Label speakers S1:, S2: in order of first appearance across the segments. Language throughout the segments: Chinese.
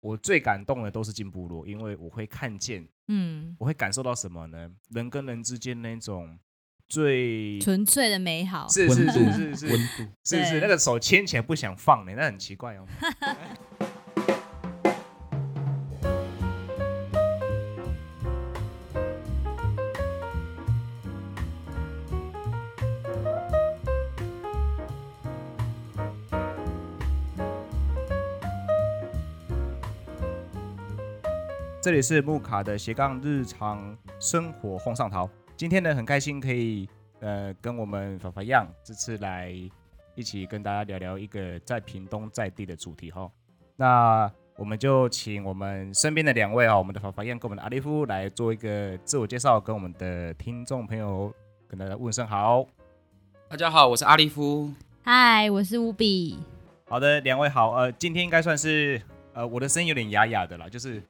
S1: 我最感动的都是进部落，因为我会看见，
S2: 嗯，
S1: 我会感受到什么呢？人跟人之间那种最
S2: 纯粹的美好，
S1: 是
S3: 温
S1: 是
S3: 度
S1: 是是是
S3: 温度，
S1: 是不是
S2: 对
S1: 那个手牵起来不想放呢、那很奇怪哦。这里是木卡的斜杠日常生活轰上桃。今天呢，很开心可以呃跟我们法法样这次来一起跟大家聊聊一个在屏东在地的主题哈。那我们就请我们身边的两位啊，我们的法法样跟我们的阿利夫来做一个自我介绍，跟我们的听众朋友跟大家问声好。
S3: 大家好，我是阿利夫。
S2: 嗨，我是乌比，
S1: 好的，两位好，呃，今天应该算是呃我的声音有点哑哑的啦，就是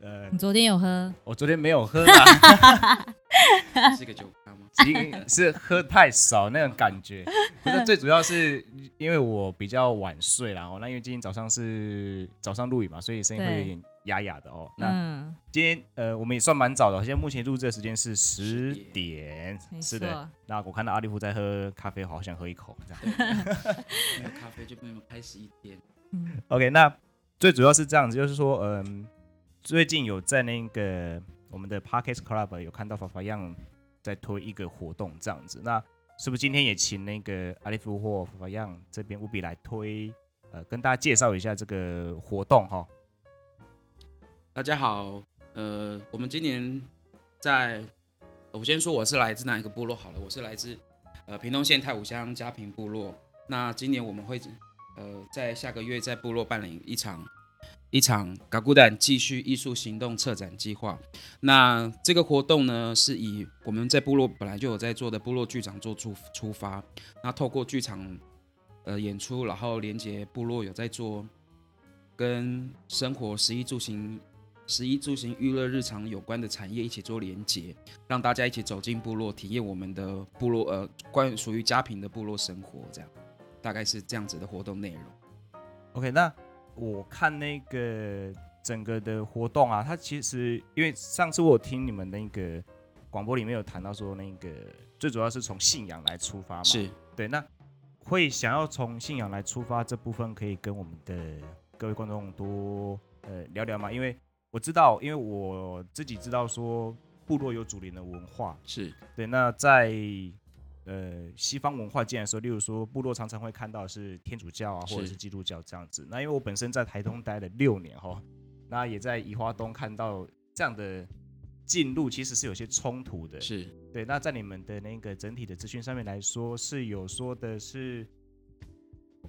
S1: 呃
S2: 你昨天有喝？
S1: 我昨天没有喝啦。
S3: 是个酒吧吗？
S1: 其实是喝太少那种感觉，不是最主要是因为我比较晚睡啦哦，那因为今天早上是早上录影嘛，所以声音会有
S2: 对
S1: 点哑哑的哦。那
S2: 嗯，
S1: 今天呃我们也算蛮早的哦，现在目前录制的时间是十点，
S2: 没
S1: 是
S2: 错，
S1: 的。那我看到阿利夫在喝咖啡，我好想喝一口这样。
S3: 没有咖啡就没有开始一天。
S2: 嗯
S1: OK，那最主要是这样子，就是说，嗯，最近有在那个我们的 Parkes Club 有看到法法样在推一个活动这样子，那是不是今天也请那个阿利夫或法法样这边务必来推，呃，跟大家介绍一下这个活动哈？
S3: 大家好，呃，我们今年在，呃我先说我是来自哪一个部落好了，我是来自呃屏东县太武乡嘉平部落。那今年我们会呃在下个月在部落办理一场一场嘎古蛋继续艺术行动策展计划。那这个活动呢，是以我们在部落本来就有在做的部落剧场做出出发，那透过剧场呃演出，然后连接部落有在做跟生活食衣住行食衣住行娱乐日常有关的产业一起做连结，让大家一起走进部落，体验我们的部落呃关于属于家庭的部落生活，这样大概是这样子的活动内容。
S1: OK，那我看那个整个的活动啊，它其实因为上次我有听你们那个广播里面有谈到说，那个最主要是从信仰来出发嘛，
S3: 是
S1: 对，那会想要从信仰来出发这部分，可以跟我们的各位观众多呃聊聊吗？因为我知道，因为我自己知道说部落有祖灵的文化，
S3: 是
S1: 对，那在呃西方文化界来说，例如说部落常常会看到是天主教啊，或者
S3: 是
S1: 是基督教这样子。那因为我本身在台东待了六年哈，那也在宜花东看到这样的进入，其实是有些冲突的。
S3: 是
S1: 对，那在你们的那个整体的资讯上面来说，是有说的是，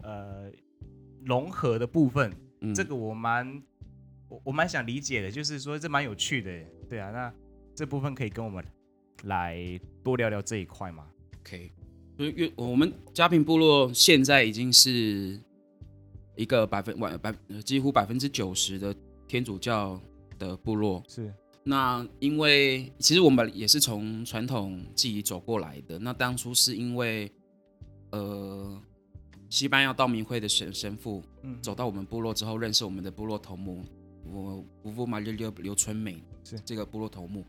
S1: 呃，融合的部分，
S3: 嗯
S1: 这个我蛮我我蛮想理解的，就是说这蛮有趣的，对啊，那这部分可以跟我们来多聊聊这一块吗？
S3: OK，就是越我们嘉平部落现在已经是一个百分百百几乎百分之九十的天主教的部落，
S1: 是
S3: 那因为其实我们也是从传统记忆走过来的。那当初是因为，呃，西班牙道明会的神神父，
S1: 嗯
S3: 走到我们部落之后，认识我们的部落头目，我姑父马六六刘春美
S1: 是
S3: 这个部落头目，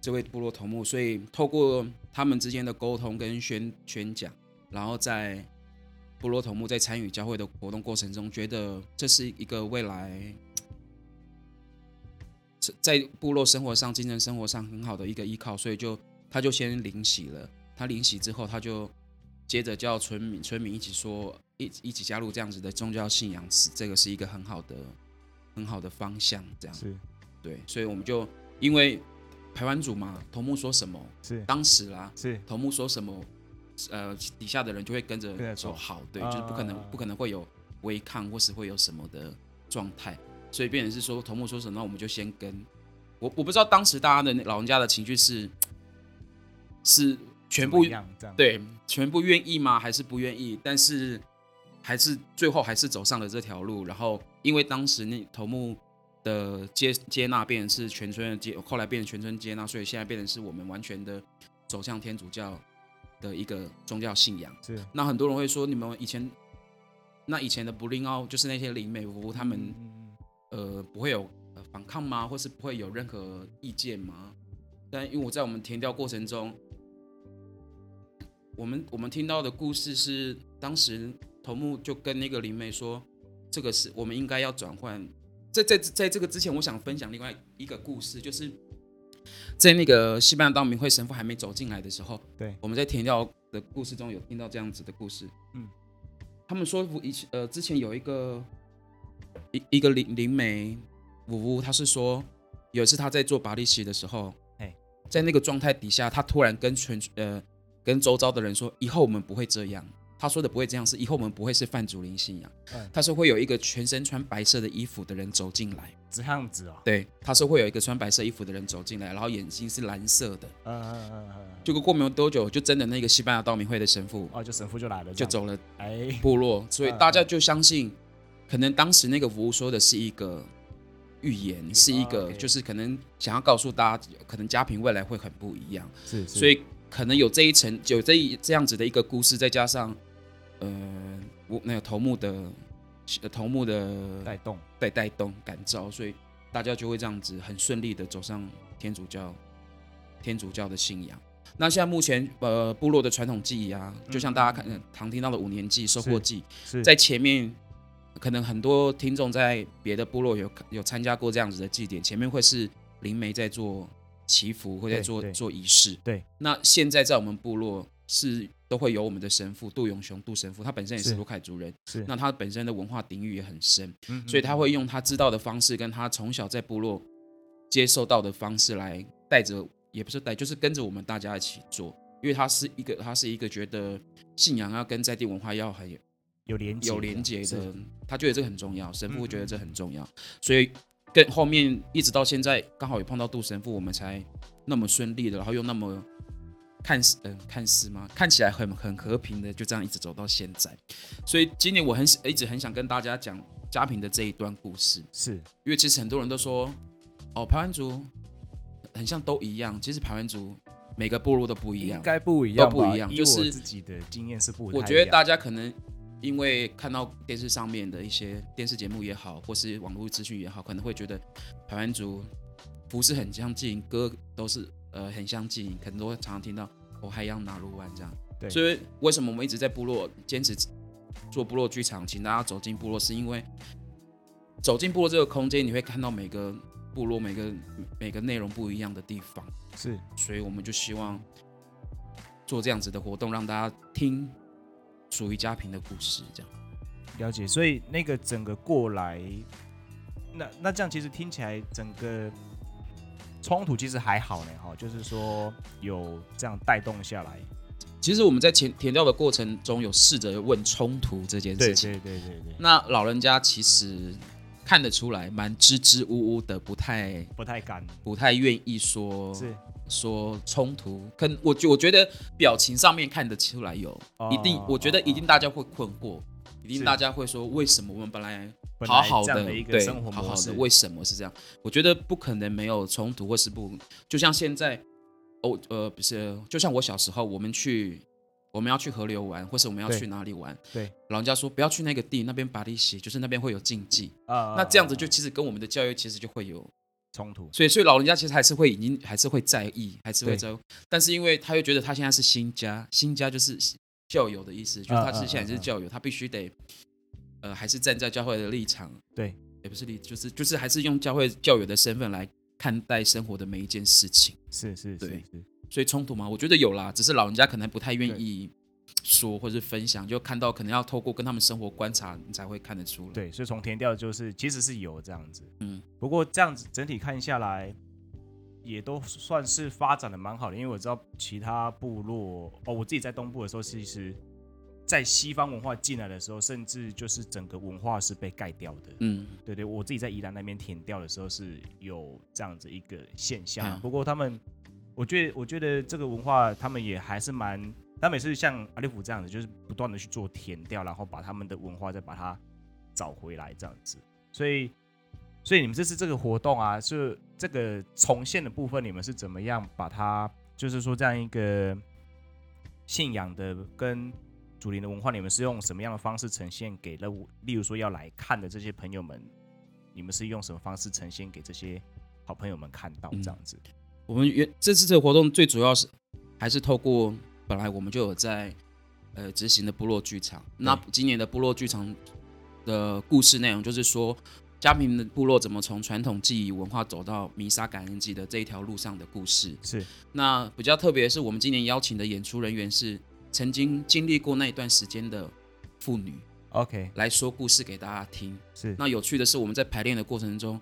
S3: 这位部落头目，所以透过他们之间的沟通跟宣宣讲，然后在部落头目在参与教会的活动过程中，觉得这是一个未来这在部落生活上、精神生活上很好的一个依靠，所以就他就先领洗了。他领洗之后，他就接着叫村民村民一起说，一一起加入这样子的宗教信仰，是这个是一个很好的很好的方向。这样
S1: 是
S3: 对，所以我们就因为排湾组嘛，头目说什么，
S1: 是
S3: 当时啦、
S1: 是
S3: 头目说什么，呃，底下的人就会跟
S1: 跟着
S3: 着
S1: 走
S3: 说好，对，就是不可能、
S1: 啊
S3: 不可能会有违抗或是会有什么的状态，所以变成是说头目说什么，那我们就先跟。我我不知道当时大家的那老人家的情绪是是全部
S1: 一样这样，
S3: 对全部愿意吗？还是不愿意？但是还是最后还是走上了这条路。然后因为当时那头目的接接纳变成是全村的接，后来变成全村接纳，所以现在变成是我们完全的走向天主教的一个宗教信仰。
S1: 是
S3: 那很多人会说，你们以前那以前的布林奥就是那些灵媒夫妇他们
S1: 嗯嗯
S3: 呃不会有呃反抗吗？或是不会有任何意见吗？但因为我在我们填调过程中，我们我们听到的故事是，当时头目就跟那个灵媒说，这个是我们应该要转换。在在在这个之前，我想分享另外一个故事，就是在那个西班牙当明会神父还没走进来的时候，
S1: 对
S3: 我们在填调的故事中有听到这样子的故事。
S1: 嗯，
S3: 他们说以前呃之前有一个一一个灵灵媒五五，他是说有一次他在做拔利奇的时候，
S1: 哎
S3: 在那个状态底下，他突然跟全呃跟周遭的人说，以后我们不会这样。他说的不会这样是以后我们不会是泛祖灵信仰，
S1: 嗯
S3: 他说会有一个全身穿白色的衣服的人走进来，
S1: 这样子哦，
S3: 对，他说会有一个穿白色衣服的人走进来，然后眼睛是蓝色的。
S1: 嗯嗯嗯嗯嗯，
S3: 结果过没有多久，就真的那个西班牙道明会的神父
S1: 哦，就神父就来了，
S3: 就，走了
S1: 哎，
S3: 部落，所以
S1: 嗯
S3: 大家就相信，可能当时那个服务说的是一个预言，是一
S1: 哦
S3: 个
S1: ，OK
S3: 就是可能想要告诉大家，可能家平未来会很不一样，
S1: 是，
S3: 所以可能有这一层有这一这样子的一个故事，再加上呃，我那个头目的呃头目的
S1: 带动，
S3: 带带动感召，所以大家就会这样子很顺利的走上天主教天主教的信仰。那现在目前呃部落的传统记忆啊，就像大家看、常听到的五年祭、收获祭，
S1: 是
S3: 在前面可能很多听众在别的部落有有参加过这样子的祭典，前面会是灵媒在做祈福，会在
S1: 对
S3: 做
S1: 对
S3: 做仪式。
S1: 对，
S3: 那现在在我们部落是都会有我们的神父杜永雄杜神父，他本身也是
S1: 是
S3: 卢凯族人，
S1: 是，
S3: 那他本身的文化底蕴也很深。
S1: 嗯
S3: 所以他，会用他知道的方式，跟他从小在部落接受到的方式来带着，也不是带，就是跟着我们大家一起做。因为他是一个，他是一个觉得信仰要跟在地文化要很
S1: 有连
S3: 有连接
S1: 是
S3: 的，他觉得这个很重要，神父
S1: 嗯
S3: 觉得这很重要，所以跟后面一直到现在，刚好也碰到杜神父，我们才那么顺利的，然后又那么看似嗯、看似吗？看起来很很和平的，就这样一直走到现在。所以今年我很一直很想跟大家讲家平的这一段故事，
S1: 是，
S3: 因为其实很多人都说，哦，排湾族很像都一样，其实排湾族每个部落都不一样
S1: 应，该不一样吧，
S3: 都不一样
S1: 以
S3: 就是
S1: 我自己的经验是不太一样，
S3: 我觉得大家可能因为看到电视上面的一些电视节目也好，或是网络资讯也好，可能会觉得台湾族服饰很相近，歌都是呃很相近，可能都会常常听到“我还要拿路湾”这样。
S1: 对
S3: 所以为什么我们一直在部落坚持做部落剧场，请大家走进部落，是因为走进部落这个空间，你会看到每个部落每个每个内容不一样的地方。
S1: 是
S3: 所以我们就希望做这样子的活动，让大家听属于家平的故事，这样。
S1: 了解，所以那个整个过来，那那这样其实听起来整个冲突其实还好呢，哈，就是说有这样带动下来，
S3: 其实我们在填填掉的过程中，有试着问冲突这件事情。
S1: 对对对对，
S3: 那老人家其实看得出来，蛮支支吾吾的，不太
S1: 不太敢
S3: 不太愿意说
S1: 是
S3: 说冲突。可能我觉我觉得表情上面看得出来有，
S1: 哦
S3: 一定，我觉得一定大家会困惑，一
S1: 是
S3: 定大家会说为什么我们本来
S1: 本来
S3: 好好
S1: 这样
S3: 的
S1: 一个
S3: 对
S1: 生活
S3: 好好
S1: 模式
S3: 的，为什么是这样？我觉得不可能没有冲突，或是不就像现在，哦呃不是，就像我小时候，我们去我们要去河流玩，或是我们要
S1: 对
S3: 去哪里玩，
S1: 对，
S3: 老人家说不要去那个地，那边拔利息，就是那边会有禁忌。
S1: 啊
S3: 那这样子就其实跟我们的教育其实就会有，
S1: 呃冲突，
S3: 所以所以老人家其实还是会已经还是会在意，还是
S1: 对
S3: 会在乎，但是因为他又觉得他现在是新家，新家就是教友的意思，就是他
S1: 嗯
S3: 是
S1: 嗯
S3: 现在
S1: 嗯嗯
S3: 是教友，他必须得呃还是站在教会的立场。
S1: 对，
S3: 也不是立，就是就是还是用教会教友的身份来看待生活的每一件事情，
S1: 是是是
S3: 对
S1: 是，
S3: 所以冲突嘛，我觉得有啦，只是老人家可能不太愿意说或是分享，就看到可能要透过跟他们生活观察，你才会看得出来。，
S1: 对，所以从填掉就是其实是有这样子，
S3: 嗯，
S1: 不过这样子整体看下来，也都算是发展的蛮好的，因为我知道其他部落哦，我自己在东部的时候，其实，在西方文化进来的时候，甚至就是整个文化是被盖掉的。
S3: 嗯，
S1: 对对，我自己在宜兰那边填掉的时候是有这样子一个现象啊，
S3: 嗯
S1: 不过他们，我觉得我觉得这个文化他们也还是蛮，他们也是像阿利普这样子，就是不断的去做填掉，然后把他们的文化再把它找回来这样子，所以。所以你们这次这个活动
S3: 嗯
S1: 啊，是这个重现的部分，你们是怎么样把它，就是说这样一个信仰的跟祖灵的文化，你们是用什么样的方式呈现给了我，例如说要来看的这些朋友们你们是用什么方式呈现给这些好朋友们看到
S3: 嗯
S1: 这样子？
S3: 我们原这次的活动最主要是还是透过本来我们就有在呃执行的部落剧场，那今年的部落剧场的故事内容就是说。嘉平的部落怎么从传统记忆文化走到弥撒感恩祭的这一条路上的故事？
S1: 是
S3: 那比较特别的是，我们今年邀请的演出人员是曾经经历过那一段时间的妇女
S1: OK，
S3: 来说故事给大家听。
S1: 是
S3: 那有趣的是，我们在排练的过程中，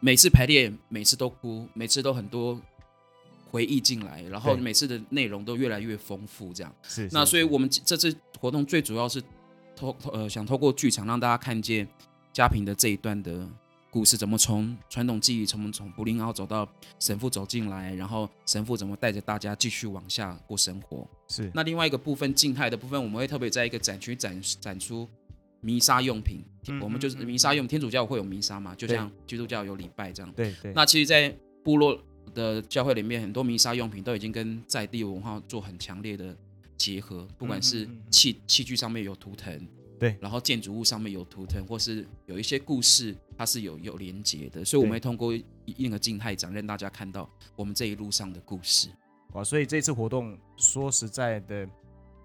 S3: 每次排练，每次都哭，每次都很多回忆进来，然后
S1: 对
S3: 每次的内容都越来越丰富。这样，
S1: 是
S3: 那
S1: 是
S3: 所以我们这次活动最主要是透透呃想透过剧场让大家看见嘉平的这一段的故事，怎么从传统技艺，从从布林奥走到神父走进来，然后神父怎么带着大家继续往下过生活。
S1: 是
S3: 那另外一个部分静态的部分，我们会特别在一个展区展展出弥撒用品。
S1: 嗯
S3: 我们就是
S1: 嗯嗯
S3: 弥撒用，天主教会有弥撒嘛，就
S1: 对
S3: 像基督教有礼拜这样。
S1: 对对，
S3: 那其实，在部落的教会里面，很多弥撒用品都已经跟在地文化做很强烈的结合，不管是
S1: 嗯嗯嗯
S3: 器器具上面有图腾，
S1: 对
S3: 然后建筑物上面有图腾，或是有一些故事，它是有有连结的。所以我们
S1: 对
S3: 会通过一一个静态展，让大家看到我们这一路上的故事。
S1: 哇，哦所以这次活动说实在的，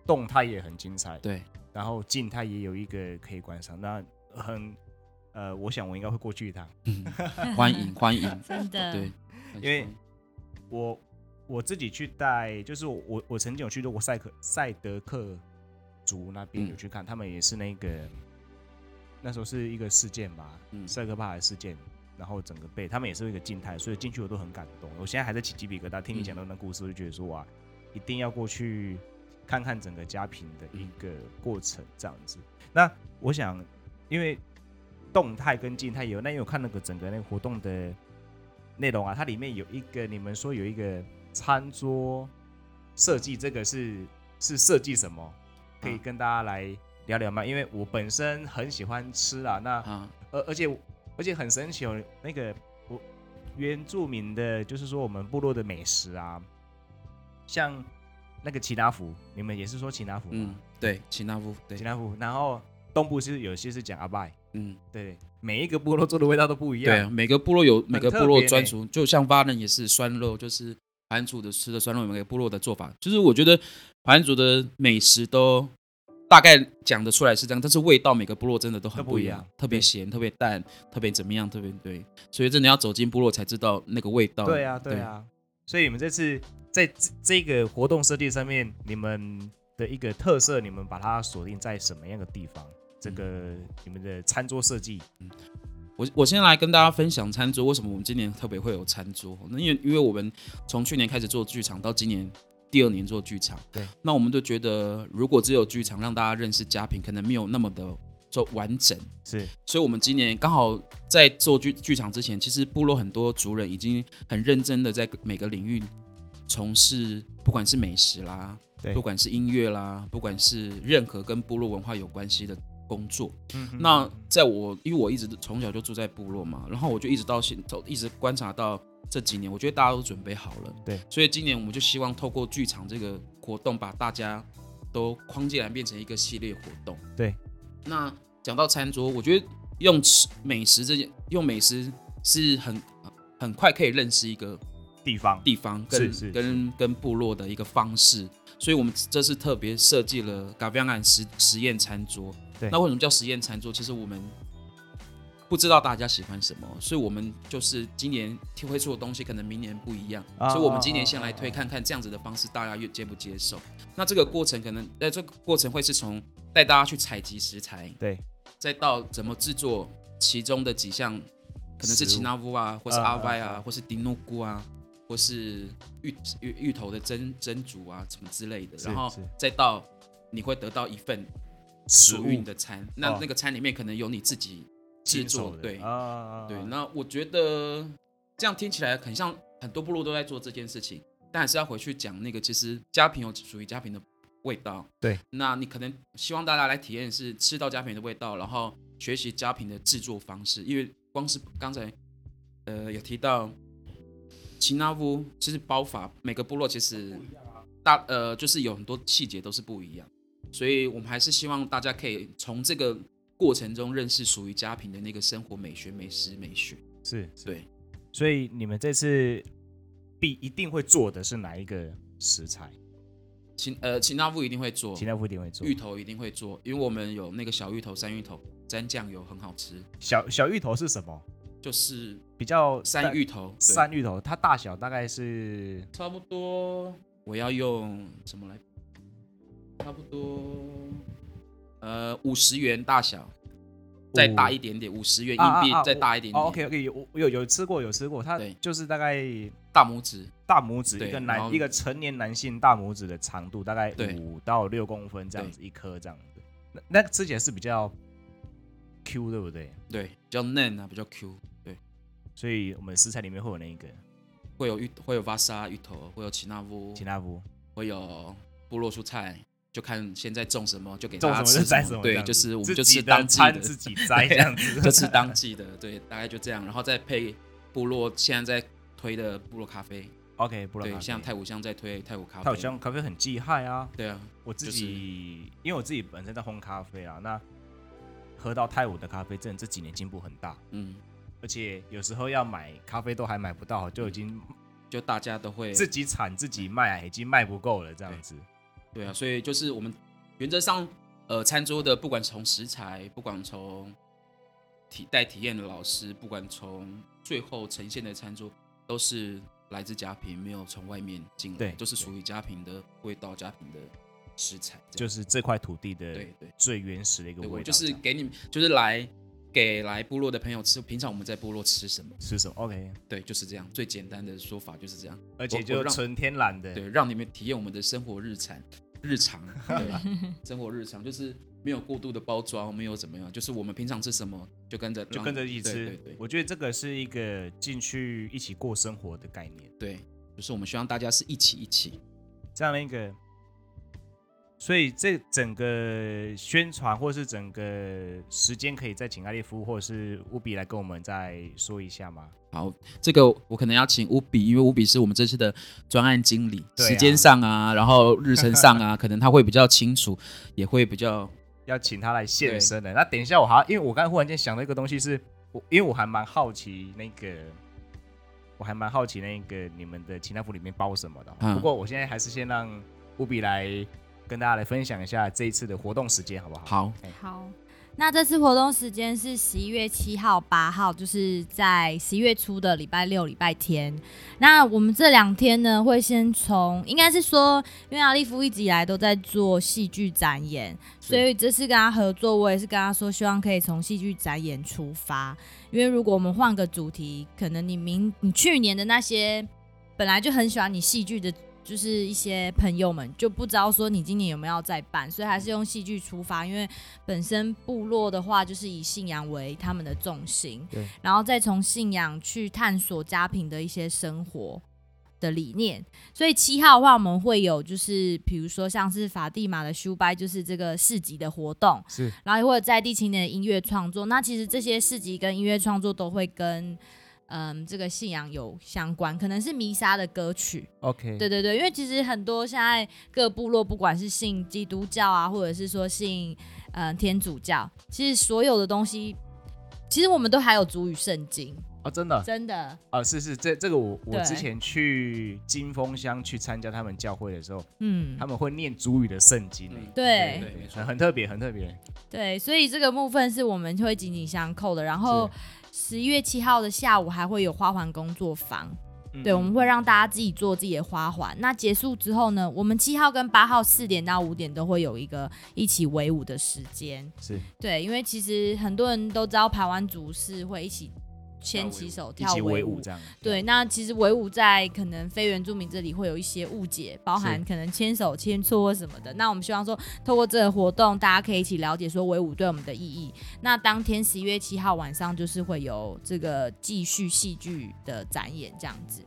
S1: 动态也很精彩，
S3: 对，
S1: 然后静态也有一个可以观赏，那很呃，我想我应该会过去一趟。
S3: 欢迎 欢迎，
S2: 真的，
S3: 对，
S1: 嗯因为我我自己去带，就是我我我曾经有去过塞克塞德克族那边
S3: 嗯
S1: 有去看，他们也是那个那时候是一个事件吧，
S3: 嗯
S1: 塞克巴海事件，然后整个被他们也是一个静态，所以进去我都很感动，我现在还在起鸡皮疙瘩，听你讲到那故事，我就觉得说哇，一定要过去看看整个家贫的一个过程这样子。那我想，因为动态跟静态有，那因为我看那个整个那个活动的内容啊，它里面有一个你们说有一个餐桌设计，这个是是设计什么？可以
S3: 啊
S1: 跟大家来聊聊吗？因为我本身很喜欢吃啦，那
S3: 啊，
S1: 而而且而且很神奇哦，那个我原住民的，就是说我们部落的美食啊，像那个奇达福，你们也是说奇达福
S3: 嗯
S1: 吗？，
S3: 对，请那夫，对
S1: 奇，达福，然后东部是有些是讲阿拜，
S3: 嗯，
S1: 对，每一个部落做的味道都不一
S3: 对
S1: 样，
S3: 啊，每个部落有每个部落
S1: 特别
S3: 专属，就像巴人也是酸肉，就是排安族的吃的酸肉，每个部落的做法，就是我觉得排安族的美食都大概讲得出来是这样，但是味道每个部落真的都很
S1: 都不
S3: 不
S1: 一
S3: 一
S1: 样
S3: 特别
S1: 对
S3: 咸，特别淡，特别怎么样，特别对，所以真的要走进部落才知道那个味道。
S1: 对啊，对，啊，所以你们这次在这这个活动设计上面，你们的一个特色，你们把它锁定在什么样的地方？这个你们的餐桌设计，
S3: 我我先来跟大家分享餐桌，为什么我们今年特别会有餐桌？哦那因为因为我们从去年开始做剧场，到今年第二年做剧场，
S1: 对，
S3: 那我们就觉得如果只有剧场让大家认识佳品，可能没有那么的做完整，
S1: 是
S3: 所以我们今年刚好在做剧剧场之前，其实部落很多族人已经很认真的在每个领域从事，不管是美食啦，
S1: 对
S3: 不管是音乐啦，不管是任何跟部落文化有关系的工作。
S1: 嗯哼
S3: 那在我，因为我一直从小就住在部落嘛，然后我就一直到现，都一直观察到这几年，我觉得大家都准备好了。
S1: 对，
S3: 所以今年我们就希望透过剧场这个活动，把大家都框进来，变成一个系列活动。
S1: 对，
S3: 那讲到餐桌，我觉得用吃美食这件，用美食是很很快可以认识一个
S1: 地方
S3: 地方跟
S1: 是是
S3: 跟跟部落的一个方式，所以我们这次特别设计了 g a v i a n 实实验餐桌。
S1: 对
S3: 那为什么叫实验餐桌？其实我们不知道大家喜欢什么，所以我们就是今年推出的东西可能明年不一样，
S1: 啊
S3: 所以我们
S1: 啊
S3: 今年
S1: 啊
S3: 先来
S1: 啊
S3: 推
S1: 啊
S3: 看看这样子的方式大家越接不接受。那这个过程可能呃这个过程会是从带大家去采集食材，
S1: 对，
S3: 再到怎么制作其中的几项，可能
S1: 食
S3: 是
S1: 物
S3: 奇纳乌啊，或是
S1: 啊
S3: 阿歪
S1: 啊
S3: 啊，或是丁诺菇啊，或是芋芋芋头的蒸蒸煮啊，什么之类的，
S1: 是
S3: 然后
S1: 是
S3: 再到你会得到一份
S1: 食
S3: 属于你的餐，那
S1: 哦
S3: 那个餐里面可能有你自己制作，对
S1: 啊啊，
S3: 对。那我觉得这样听起来很像很多部落都在做这件事情，但还是要回去讲那个，其实家品有属于家品的味道，
S1: 对。
S3: 那你可能希望大家来体验是吃到家品的味道，然后学习家品的制作方式，因为光是刚才呃有提到奇纳夫，其实包法每个部落其实大呃就是有很多细节都是不一样，所以我们还是希望大家可以从这个过程中认识属于家平的那个生活美学、美食、美学。
S1: 是，
S3: 对，
S1: 所以你们这次必一定会做的是哪一个食材？
S3: 秦呃秦大夫一定会做，
S1: 秦大夫一定会做
S3: 芋。头一定会做，因为我们有那个小芋头、山芋头沾酱油很好吃，
S1: 小小芋头是什么？
S3: 就是
S1: 比较
S3: 山芋头，对
S1: 山芋头，它大小大概是
S3: 差不多，我要用什么来？差不多，呃，五十元大小，再大一点点，五十元
S1: 啊
S3: 硬币
S1: 啊啊
S3: 再大一点点。
S1: 哦，OK OK，有我有有吃过，有吃过，它
S3: 对
S1: 就是大概
S3: 大拇指，
S1: 大拇指
S3: 对
S1: 一个
S3: 然
S1: 男
S3: 后
S1: 一个成年男性大拇指的长度，大概
S3: 对
S1: 五到六公分这样子一颗这样子。那那吃起来是比较 Q 对不对？
S3: 对，比较嫩啊，比较 Q，
S1: 所以我们食材里面会有那一个
S3: 哦会有芋，会有瓦沙芋头，会有奇纳乌，
S1: 秦大夫，
S3: 会有部落蔬菜，就看现在种什么就给
S1: 种什
S3: 大家
S1: 么
S3: 吃
S1: 就摘什么这
S3: 对，
S1: 样子，
S3: 就是我们就
S1: 自己
S3: 吃
S1: 的
S3: 当季
S1: 餐自 己摘这样子，
S3: 就吃当季的，对，大概就这样，然后再配部落现在在推的部落咖啡，
S1: OK，不然
S3: 对，像泰武乡在推泰武咖啡，
S1: 它好像咖啡很厉害啊。
S3: 对啊，
S1: 我自
S3: 就是
S1: 己、因为我自己本身在烘咖啡啊，那喝到泰晤的咖啡，真的这几年进步很大，
S3: 嗯，
S1: 而且有时候要买咖啡都还买不到，就已
S3: 嗯
S1: 经
S3: 就大家都会，
S1: 自己产自己卖，已经卖不够了这样子。
S3: 对啊，所以就是我们原则上，呃，餐桌的不管从食材，不管从体带体验的老师，不管从最后呈现的餐桌，都是来自家庭，没有从外面进来，
S1: 对
S3: 都是属于家庭的味道，家庭的食材，这
S1: 就
S3: 样
S1: 是这块土地的
S3: 对对。
S1: 最原始的一个
S3: 对，
S1: 味
S3: 我
S1: 道，
S3: 就是
S1: 这样
S3: 给你们，就是来给来部落的朋友吃。平常我们在部落吃什么？
S1: 吃什么 OK，
S3: 对，就是这样。最简单的说法就是这样。
S1: 而且
S3: 我
S1: 就
S3: 让
S1: 纯天然的，
S3: 对，让你们体验我们的生活 日常，日常，对吧？生活日常就是没有过度的包装，没有怎么样，就是我们平常吃什么就跟着
S1: 就跟着一起
S3: 对
S1: 吃。
S3: 对对
S1: 我觉得这个是一个进去一起过生活的概念，
S3: 对，就是我们希望大家是一起一起。
S1: 这样的一个。所以这整个宣传或是整个时间，可以再请艾利夫或者是乌比来跟我们再说一下吗？
S3: 好，这个我可能要请乌比，因为乌比是我们这次的专案经理，
S1: 对啊
S3: 时间上啊，然后日程 上啊，可能他会比较清楚，也会比较
S1: 要请他来现身的。那等一下我还因为我刚才忽然间想到一个东西是，我因为我还蛮好奇那个，我还蛮好奇那个你们的秦大夫里面包什么的哦。
S3: 嗯
S1: 不过我现在还是先让乌比来跟大家来分享一下这一次的活动时间，好不好？
S3: 好。
S2: 好，那这次活动时间是十一月七号、八号，就是在十一月初的礼拜六、礼拜天。那我们这两天呢，会先从应该是说，因为阿利夫一直以来都在做戏剧展演，所以这次跟他合作，我也是跟他说，希望可以从戏剧展演出发，因为如果我们换个主题，可能你明你去年的那些本来就很喜欢你戏剧的。就是一些朋友们就不知道说你今年有没有要再办，所以还是用戏剧出发，因为本身部落的话，就是以信仰为他们的重心
S1: 对，
S2: 然后再从信仰去探索家庭的一些生活的理念。所以七号的话，我们会有就是比如说像是法蒂玛的修拜，就是这个市集的活动，
S1: 是
S2: 然后也会有在地青年的音乐创作。那其实这些市集跟音乐创作都会跟嗯这个信仰有相关，可能是弥撒的歌曲，
S1: OK，
S2: 对对对，因为其实很多现在各部落，不管是信基督教啊，或者是说信嗯、呃天主教，其实所有的东西，其实我们都还有主语圣经，
S1: 哦，真的
S2: 真的
S1: 啊，是是，这这个我我
S2: 对
S1: 之前去金峰乡去参加他们教会的时候，
S2: 嗯
S1: 他，们会念主语的圣经欸，
S3: 嗯
S2: 对
S3: 对没错
S1: 很很特别，很特别，
S2: 对，所以这个部分是我们会紧紧相扣的。然后
S1: 是
S2: 十一月七号的下午还会有花环工作坊，
S1: 嗯
S2: 对，我们会让大家自己做自己的花环。那结束之后呢，我们七号跟八号四点到五点都会有一个一起围舞的时间。
S1: 是
S2: 对，因为其实很多人都知道台湾族是会一起
S3: 跳
S2: 牵
S3: 围
S2: 起
S3: 舞
S2: 手
S1: 一
S2: 跳
S1: 起
S2: 围
S1: 围舞这样，
S2: 对，那其实围舞在可能非原住民这里会有一些误解，包含可能牵手、牵错或什么的。那我们希望说，透过这个活动，大家可以一起了解说围舞对我们的意义。那当天十一月七号晚上就是会有这个继续戏剧的展演这样子。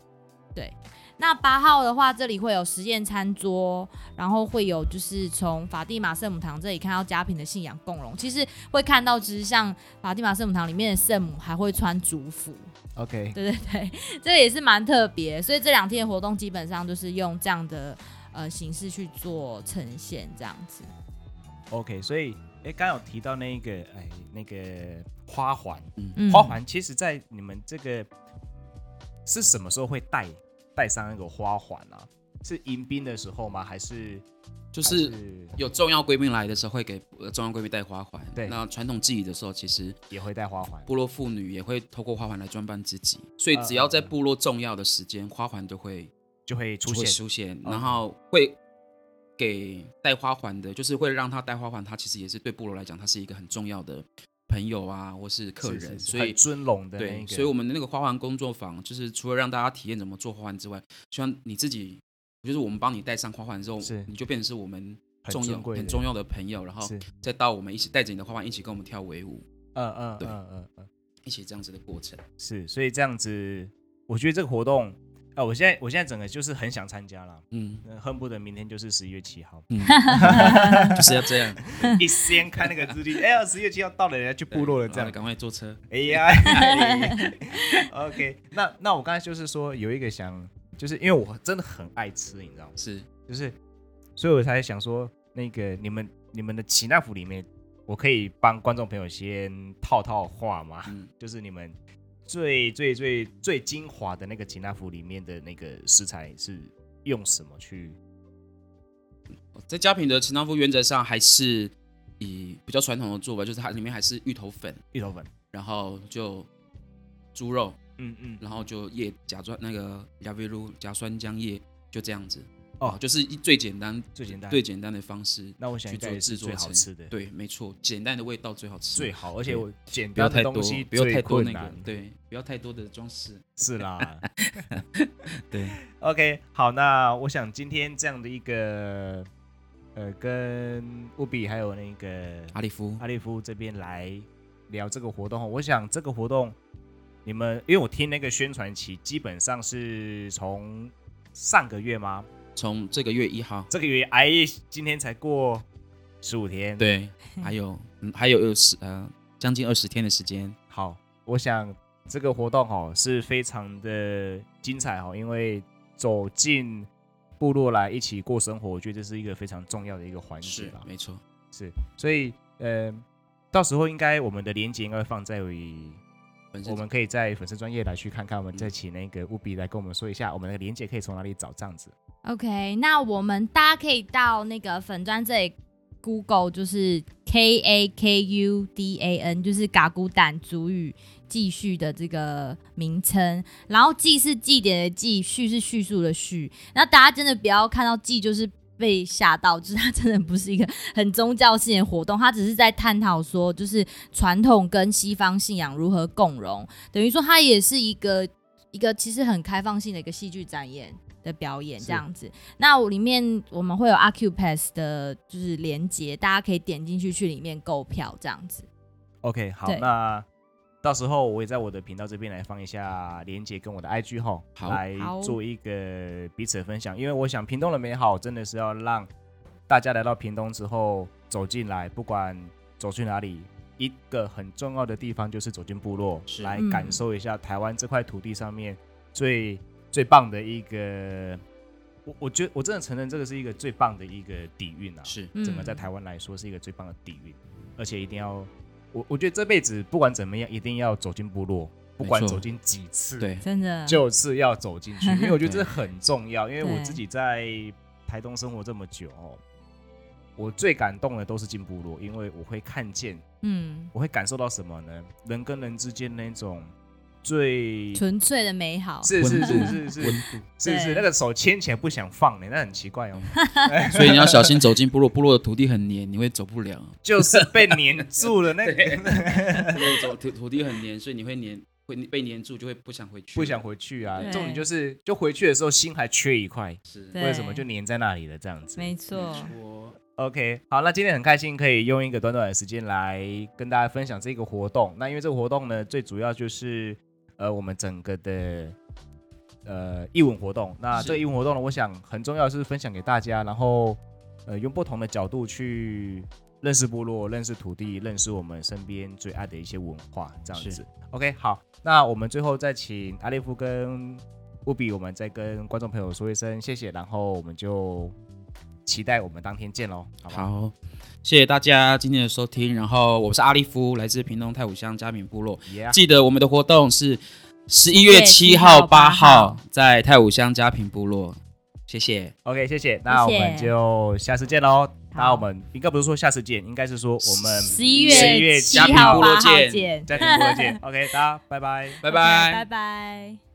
S2: 对，那八号的话，这里会有实验餐桌，然后会有就是从法蒂玛圣母堂这里看到佳平的信仰共融，其实会看到，其实像法蒂玛圣母堂里面的圣母还会穿族服，
S1: OK，
S2: 对 对对，这个也是蛮特别，所以这两天的活动基本上就是用这样的呃形式去做呈现，这样子。
S1: OK，所以哎，刚刚有提到那一个，哎，那个花环，
S2: 嗯
S1: 花环，其实，在你们这个是什么时候会戴戴上那个花环啊？是迎宾的时候吗？还是就
S3: 就
S1: 是
S3: 有重要贵宾来的时候会给呃重要贵宾戴花环。
S1: 对
S3: 那传统祭仪的时候，其实
S1: 也会戴花环？
S3: 部落妇女也会透过花环来装扮自己，所以
S1: 嗯
S3: 只要在
S1: 嗯嗯
S3: 部落重要的时间，花环都会
S1: 就会出现
S3: 会出现，
S1: 嗯
S3: 然后会给戴花环的，就是会让他戴花环，他其实也是对部落来讲，他是一个很重要的朋友啊，或是客人，
S1: 是是是
S3: 所以
S1: 很尊龙的那
S3: 对，
S1: 一个，
S3: 所以我们的那个花环工作坊，就是除了让大家体验怎么做花环之外，希望你自己，就是我们帮你戴上花环之后
S1: 是，
S3: 你就变成是我们
S1: 很
S3: 重要
S1: 尊贵的
S3: 很重要的朋友，然后
S1: 是，
S3: 再到我们一起带着你的花环一起跟我们跳维舞，
S1: 嗯嗯
S3: 对
S1: 嗯嗯嗯，
S3: 一起这样子的过程。
S1: 是，所以这样子，我觉得这个活动，啊，我现在我现在整个就是很想参加了，，
S3: 嗯
S1: 那恨不得明天就是十一月七号，
S3: 嗯 就是要这样，
S1: 一先看那个日历，哎呀，十月七号到了，人家去部落了，这
S3: 好
S1: 样
S3: 了赶快坐车。
S1: 哎呀哎，OK，那那我刚才就是说有一个想，就是因为我真的很爱吃，你知道吗？
S3: 是，
S1: 就是，所以我才想说，那个你们你们的奇纳福里面，我可以帮观众朋友先套套话吗？
S3: 嗯，
S1: 就是你们最最最最精华的那个奇纳福里面的那个食材是用什么去？
S3: 哦在佳品的陈汤夫原则上还是以比较传统的做法，就是它里面还是芋头粉，
S1: 芋头粉，
S3: 然后就猪肉，
S1: 嗯嗯，
S3: 然后就叶甲酸那个亚维露甲酸浆叶，就这样子。
S1: 哦
S3: 啊就是一最简单、
S1: 最简单
S3: 最简单的方式
S1: 那我想
S3: 去
S1: 应该
S3: 做
S1: 也
S3: 制
S1: 是
S3: 作
S1: 最好
S3: 成
S1: 吃的，，
S3: 对，没错，简单的味道最好吃，
S1: 最好，而且我简
S3: 不要
S1: 单
S3: 太
S1: 的
S3: 多
S1: 东西，
S3: 不要太多
S1: 困
S3: 那
S1: 难
S3: 个，，对，不要太多的装饰。
S1: 是 啦。
S3: 对，
S1: OK，好，那我想今天这样的一个呃，跟乌比还有那个
S3: 阿里夫，
S1: 阿利夫这边来聊这个活动，我想这个活动你们，因为我听那个宣传期基本上是从上个月吗？
S3: 从这个月一号，
S1: 这个月哎，今天才过十五天，，
S3: 对，还有嗯还有二十呃将近二十天的时间，
S1: 好，我想这个活动哈是非常的精彩哈，因为走进部落来一起过生活，我觉得这是一个非常重要的一个环节
S3: 是
S1: 啦。
S3: 没错。
S1: 是，所以呃，到时候应该我们的连接应该会放在于
S3: 本身
S1: 我们可以在粉丝专业来去看看，我们再请那个务必来跟我们说一下，我们的连接可以从哪里找这样子。
S2: OK，那我们大家可以到那个粉砖这里 Google，就是 K A K U D A N，就是嘎古胆族语记叙的这个名称。然后记是祭典的记，叙是叙述的叙。那大家真的不要看到记就是。被吓到，就是它真的不是一个很宗教性的活动，它只是在探讨说，就是传统跟西方信仰如何共融，等于说它也是一个一个其实很开放性的一个戏剧展演的表演
S1: 是
S2: 这样子。那我里面我们会有 Acupass 的，就是连接，大家可以点进去去里面购票这样子。
S1: OK，好，
S2: 对
S1: 那到时候我也在我的频道这边来放一下连接跟我的 IG 号，
S3: 好
S1: 来
S2: 好
S1: 做一个彼此的分享。因为我想屏东的美好真的是要让大家来到屏东之后走进来，不管走去哪里，一个很重要的地方就是走进部落，
S3: 是
S1: 来
S2: 嗯
S1: 感受一下台湾这块土地上面最最棒的一个。我我觉得我真的承认这个是一个最棒的一个底蕴啊，
S3: 是
S2: 嗯，
S1: 整个在台湾来说是一个最棒的底蕴，而且一定要，我我觉得这辈子不管怎么样，一定要走进部落，不管
S3: 没错
S1: 走进几次，，
S3: 对，
S2: 真的
S1: 就是要走进去，因为我觉得这
S3: 对
S1: 很重要。因为我
S2: 对
S1: 自己在台东生活这么久哦，我最感动的都是进部落，因为我会看见，
S2: 嗯，
S1: 我会感受到什么呢？人跟人之间那种最
S2: 纯粹的美好。
S1: 是是
S3: 温
S1: 是
S3: 度
S1: 是
S3: 温
S1: 是
S3: 度。
S1: 是是
S2: 对
S1: 那个手牵起来不想放的，那很奇怪哦。
S3: 所以你要小心走进部落，部落的土地很黏，你会走不 了。
S1: 就是被黏住了那
S3: 部落走土土地很黏，所以你会黏，会被黏住，就会不想回去，
S1: 不想回去啊。
S2: 对
S1: 重点就是，就回去的时候心还缺一块，
S3: 是
S2: 对
S1: 为什么就粘在那里了？这样子。
S2: 没错，
S3: 我
S1: OK，好，那今天很开心可以用一个短短的时间来跟大家分享这个活动。那因为这个活动呢，最主要就是呃我们整个的呃义文活动。那
S3: 是
S1: 这个义文活动呢，我想很重要是分享给大家，然后呃用不同的角度去认识部落、认识土地、认识我们身边最爱的一些文化，这样子
S3: 是。
S1: OK，好，那我们最后再请阿列夫跟乌比，我们再跟观众朋友说一声谢谢，然后我们就期待我们当天见喽，好不好？
S3: 好，谢谢大家今天的收听。然后我是阿利夫，来自屏东太武乡嘉明部落。
S1: 耶、
S3: 记得我们的活动是十一月七
S2: 7
S3: 号、
S2: 号
S3: 八
S2: 8
S3: 号在太武乡嘉平部落。谢谢，
S1: o k 谢谢，那我们就下次见喽。那我们应该不是说下次见，应该是说我们
S2: 十一
S1: 11月
S2: 月七
S1: 嘉宾
S2: 号、
S1: 部
S3: 落
S2: 八号
S3: 见
S2: 见，
S1: 在直播见。OK，大家拜拜。
S3: 拜
S2: OK，拜拜。